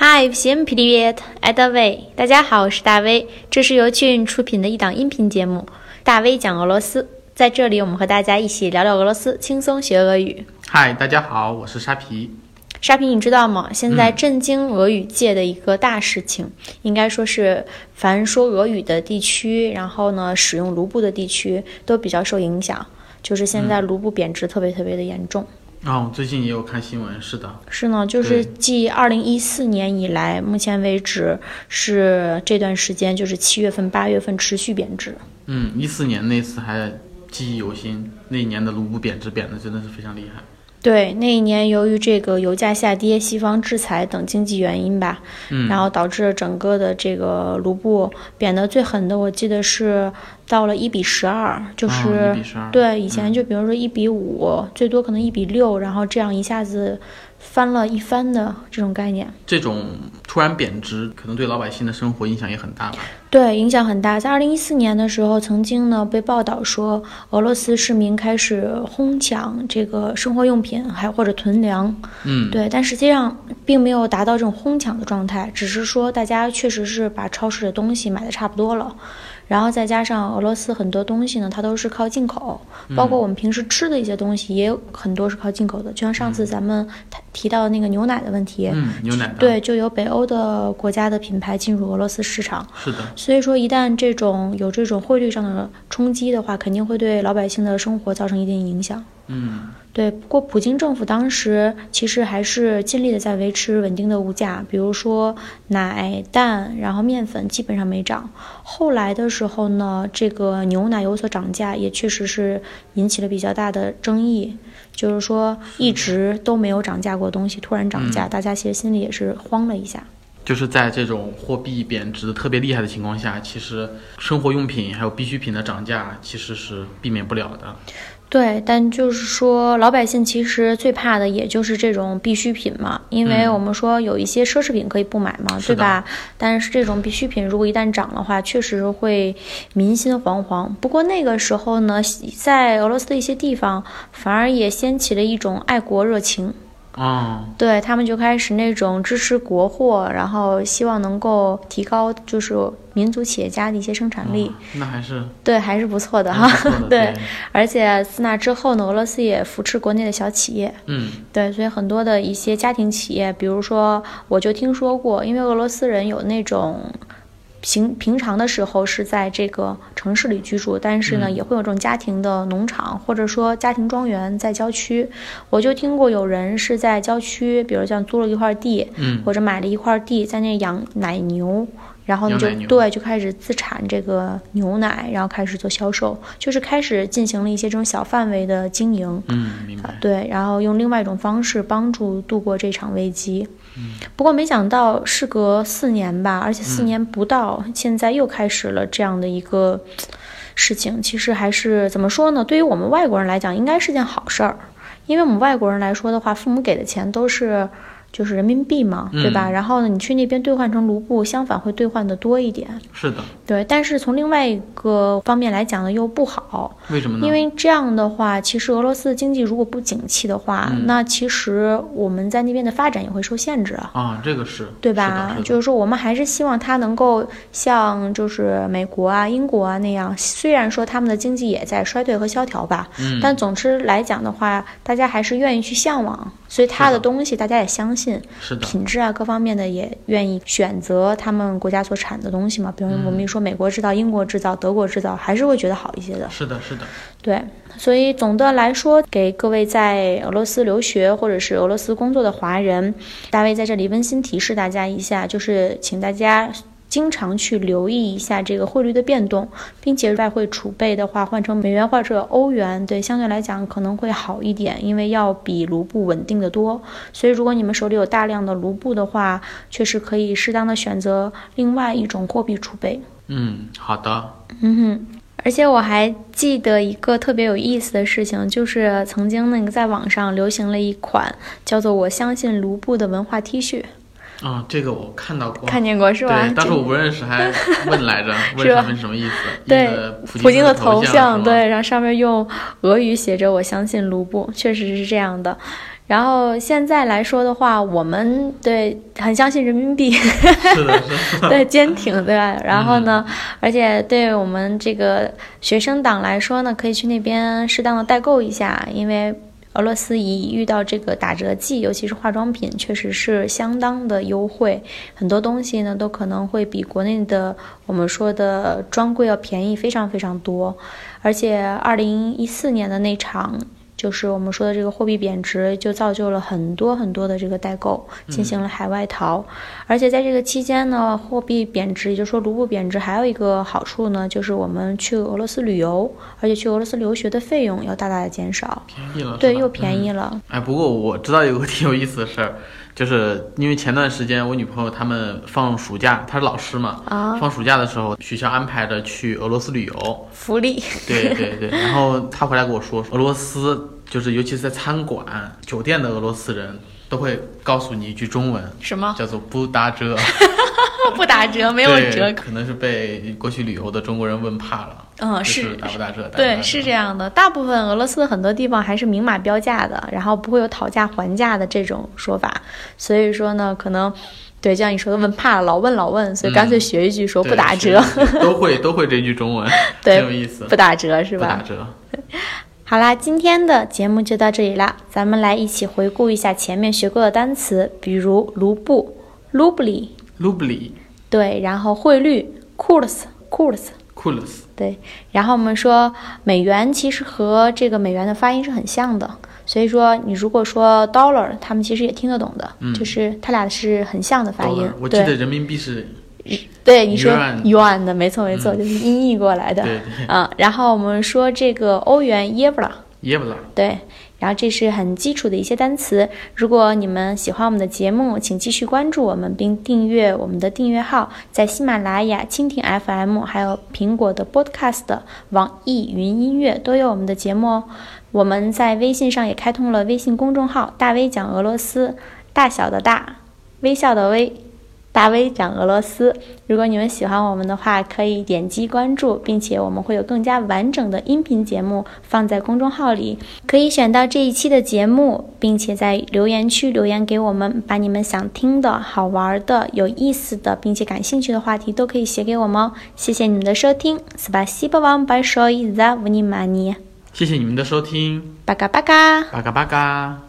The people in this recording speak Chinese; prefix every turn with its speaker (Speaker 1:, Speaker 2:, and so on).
Speaker 1: Hi, всем привет, это Вэй。大家好，我是大威，这是由趣韵出品的一档音频节目《大威讲俄罗斯》。在这里，我们和大家一起聊聊俄罗斯，轻松学俄语。
Speaker 2: 嗨，大家好，我是沙皮。
Speaker 1: 沙皮，你知道吗？现在震惊俄语界的一个大事情，应该说是凡说俄语的地区，然后呢，使用卢布的地区都比较受影响。就是现在卢布贬值特别特别的严重。
Speaker 2: 啊、我最近也有看新闻，是的，
Speaker 1: 是呢，就是
Speaker 2: 对
Speaker 1: 继二零一四年以来，目前为止是这段时间，就是七月份、八月份持续贬值。
Speaker 2: 嗯，一四年那次还记忆犹新，那一年的卢布贬值贬的真的是非常厉害。
Speaker 1: 对，那一年由于这个油价下跌、西方制裁等经济原因吧，
Speaker 2: 嗯
Speaker 1: 然后导致整个的这个卢布贬得最狠的，我记得是到了一比十二，就是、
Speaker 2: 哦1比12
Speaker 1: 对以前就比如说一比五、最多可能一比六，然后这样一下子翻了一番的这种概念。
Speaker 2: 这种突然贬值，可能对老百姓的生活影响也很大吧。
Speaker 1: 对，影响很大。在二零一四年的时候，曾经呢被报道说，俄罗斯市民开始哄抢这个生活用品，还或者囤粮。
Speaker 2: 嗯，
Speaker 1: 对，但实际上并没有达到这种哄抢的状态，只是说大家确实是把超市的东西买的差不多了，然后再加上俄罗斯很多东西呢，它都是靠进口，
Speaker 2: 嗯
Speaker 1: 包括我们平时吃的一些东西也有很多是靠进口的，就像上次咱们提到的那个牛奶的问题，
Speaker 2: 嗯，牛奶的，
Speaker 1: 对，，就有北欧的国家的品牌进入俄罗斯市场。
Speaker 2: 是的，
Speaker 1: 所以说，一旦这种有这种汇率上的冲击的话，肯定会对老百姓的生活造成一定影响。
Speaker 2: 嗯
Speaker 1: 对，不过普京政府当时其实还是尽力的在维持稳定的物价，比如说奶、蛋，然后面粉基本上没涨。后来的时候呢，这个牛奶有所涨价，也确实是引起了比较大的争议。就是说，一直都没有涨价过的东西突然涨价，大家其实心里也是慌了一下。
Speaker 2: 就是在这种货币贬值得特别厉害的情况下，其实生活用品还有必需品的涨价其实是避免不了的。
Speaker 1: 对，但就是说，老百姓其实最怕的也就是这种必需品嘛，因为
Speaker 2: 嗯
Speaker 1: 我们说有一些奢侈品可以不买嘛，
Speaker 2: 是
Speaker 1: 对
Speaker 2: 的
Speaker 1: 吧？但是这种必需品如果一旦涨的话，确实会民心惶惶。不过那个时候呢，在俄罗斯的一些地方，反而也掀起了一种爱国热情。
Speaker 2: 哦，
Speaker 1: 对他们就开始那种支持国货，然后希望能够提高就是民族企业家的一些生产力，
Speaker 2: 那还是
Speaker 1: 对，还是不错的哈
Speaker 2: 还。是 不错的，
Speaker 1: 嗯对，而且自那之后呢，俄罗斯也扶持国内的小企业，
Speaker 2: 嗯。
Speaker 1: 对，所以很多的一些家庭企业，比如说我就听说过，因为俄罗斯人有那种。平平常的时候是在这个城市里居住，但是呢，
Speaker 2: 嗯
Speaker 1: 也会有这种家庭的农场或者说家庭庄园在郊区。我就听过有人是在郊区，比如像租了一块地，
Speaker 2: 嗯
Speaker 1: 或者买了一块地，在那养奶牛，然后呢
Speaker 2: 养
Speaker 1: 就
Speaker 2: 奶牛
Speaker 1: 对就开始自产这个牛奶，然后开始做销售，就是开始进行了一些这种小范围的经营。
Speaker 2: 嗯，明白。
Speaker 1: 对，然后用另外一种方式帮助度过这场危机。不过没想到，事隔四年吧，而且四年不到，现在又开始了这样的一个事情。其实还是怎么说呢？对于我们外国人来讲，应该是件好事儿，因为我们外国人来说的话，父母给的钱都是。就是人民币嘛，对吧？然后呢，你去那边兑换成卢布，相反会兑换的多一点。
Speaker 2: 是的，
Speaker 1: 对，但是从另外一个方面来讲呢，又不好，
Speaker 2: 为什么呢？
Speaker 1: 因为这样的话，其实俄罗斯的经济如果不景气的话，
Speaker 2: 嗯
Speaker 1: 那其实我们在那边的发展也会受限制啊。
Speaker 2: 啊，这个是
Speaker 1: 对吧？
Speaker 2: 是的是的
Speaker 1: 就是说，我们还是希望它能够像就是美国啊、英国啊那样，虽然说他们的经济也在衰退和萧条吧，
Speaker 2: 嗯
Speaker 1: 但总之来讲的话，大家还是愿意去向往，所以它
Speaker 2: 是
Speaker 1: 的
Speaker 2: 的
Speaker 1: 东西大家也相信，
Speaker 2: 是的，
Speaker 1: 品质啊各方面的也愿意选择他们国家所产的东西嘛。比
Speaker 2: 嗯
Speaker 1: 如我们一说美国制造、英国制造、德国制造，还是会觉得好一些的。
Speaker 2: 是的，是的，
Speaker 1: 对，所以总的来说，给各位在俄罗斯留学或者是俄罗斯工作的华人，大卫在这里温馨提示大家一下，就是请大家。经常去留意一下这个汇率的变动，并且外汇储备的话，换成美元或者欧元，对，相对来讲可能会好一点，因为要比卢布稳定的多。所以，如果你们手里有大量的卢布的话，确实可以适当的选择另外一种货币储备。
Speaker 2: 嗯，好的，
Speaker 1: 嗯哼，而且我还记得一个特别有意思的事情，就是曾经那个在网上流行了一款叫做“我相信卢布”的文化 T 恤。
Speaker 2: 啊、这个我看到过。
Speaker 1: 看见过是吧
Speaker 2: 对，？当时我不认识， 还问来着，问
Speaker 1: 是吧
Speaker 2: 上面什么意思？
Speaker 1: 对
Speaker 2: 印着
Speaker 1: 这
Speaker 2: 普
Speaker 1: 普京的头
Speaker 2: 像，
Speaker 1: 像，，对，然后上面用俄语写着“我相信卢布”，确实是这样的。然后现在来说的话，我们对很相信人民币，
Speaker 2: 是的，是的。
Speaker 1: 对坚挺，对吧？然后呢，而且对我们这个学生党来说呢，可以去那边适当的代购一下，因为俄罗斯一遇到这个打折季，尤其是化妆品，确实是相当的优惠，很多东西呢都可能会比国内的我们说的专柜要便宜非常非常多，而且二零一四年的那场。就是我们说的这个货币贬值，就造就了很多很多的这个代购进行了海外淘，而且在这个期间呢，货币贬值，也就是说卢布贬值，还有一个好处呢，就是我们去俄罗斯旅游，而且去俄罗斯留学的费用要大大的减少，
Speaker 2: 便宜了，
Speaker 1: 对，
Speaker 2: 是吧
Speaker 1: 又便宜
Speaker 2: 嗯
Speaker 1: 了，
Speaker 2: 哎，不过我知道有个挺有意思的事儿，就是因为前段时间我女朋友他们放暑假，她是老师嘛，
Speaker 1: 啊
Speaker 2: 放暑假的时候学校安排着去俄罗斯旅游，
Speaker 1: 福利，
Speaker 2: 对对对，然后她回来跟我说，俄罗斯就是尤其是在餐馆、酒店的俄罗斯人都会告诉你一句中文，
Speaker 1: 什么
Speaker 2: 叫做不打折，
Speaker 1: 不打折，啊没
Speaker 2: 没
Speaker 1: 有折扣，
Speaker 2: 可能是被过去旅游的中国人问怕了，
Speaker 1: 嗯，
Speaker 2: 就是
Speaker 1: 是
Speaker 2: 打不打折，打不
Speaker 1: 对
Speaker 2: 打，
Speaker 1: 是
Speaker 2: 折
Speaker 1: 这样的。大部分俄罗斯的很多地方还是明码标价的，然后不会有讨价还价的这种说法。所以说呢，可能对，就像你说的，问怕了，老问老问，所以干脆学一句说
Speaker 2: 嗯对
Speaker 1: 不打
Speaker 2: 是
Speaker 1: 折，
Speaker 2: 是是都会都会这句中文，挺
Speaker 1: 对
Speaker 2: 有意思，
Speaker 1: 不打折是
Speaker 2: 不打
Speaker 1: 吧？
Speaker 2: 折。
Speaker 1: 好啦，今天的节目就到这里啦，咱们来一起回顾一下前面学过的单词，比如卢布 （rubly），
Speaker 2: Lubli
Speaker 1: 对，然后汇率 （kurs），kurs。
Speaker 2: Kulus，
Speaker 1: 对，然后我们说美元其实和这个美元的发音是很像的，所以说你如果说 dollar，他们其实也听得懂的，就是它俩是很像的发音
Speaker 2: dollar，。我记哦得
Speaker 1: 对，
Speaker 2: 人民币是，
Speaker 1: 对，你说
Speaker 2: yuan
Speaker 1: yuan 的，没错没错，就是音译过来的。
Speaker 2: 嗯对对
Speaker 1: 嗯，然后我们说这个欧元 y e v r a
Speaker 2: y e v l a
Speaker 1: 对，然后这是很基础的一些单词。如果你们喜欢我们的节目，请继续关注我们并订阅我们的订阅号，在喜马拉雅、蜻蜓 FM，还有苹果的 Podcast、网易云音乐都有我们的节目哦。我们在微信上也开通了微信公众号“大 V 讲俄罗斯”，大小的大，微笑的微。大 V 讲俄罗斯，如果你们喜欢我们的话，可以点击关注，并且我们会有更加完整的音频节目放在公众号里，可以选到这一期的节目，并且在留言区留言给我们，把你们想听的、好玩的、有意思的，并且感兴趣的话题都可以写给我们哦。谢谢你们的收听，Спасибо вам большое за внимание，
Speaker 2: 谢谢你们的收听，
Speaker 1: 巴嘎巴嘎。
Speaker 2: 巴嘎巴嘎。